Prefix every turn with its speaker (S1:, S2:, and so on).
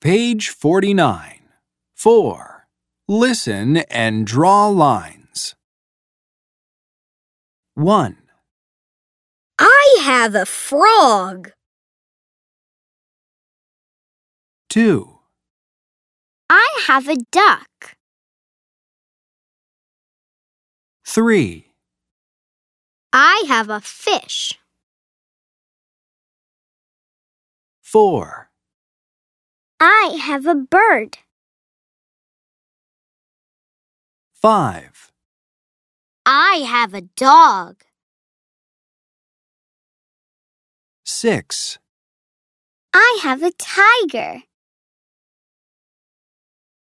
S1: Page 49. 4. Listen and draw lines. 1,
S2: I have a frog.
S1: 2,
S2: I have a duck.
S1: 3,
S2: I have a fish.
S1: 4,
S2: I have a bird.
S1: 5,
S2: I have a dog.
S1: 6,
S2: I have a tiger.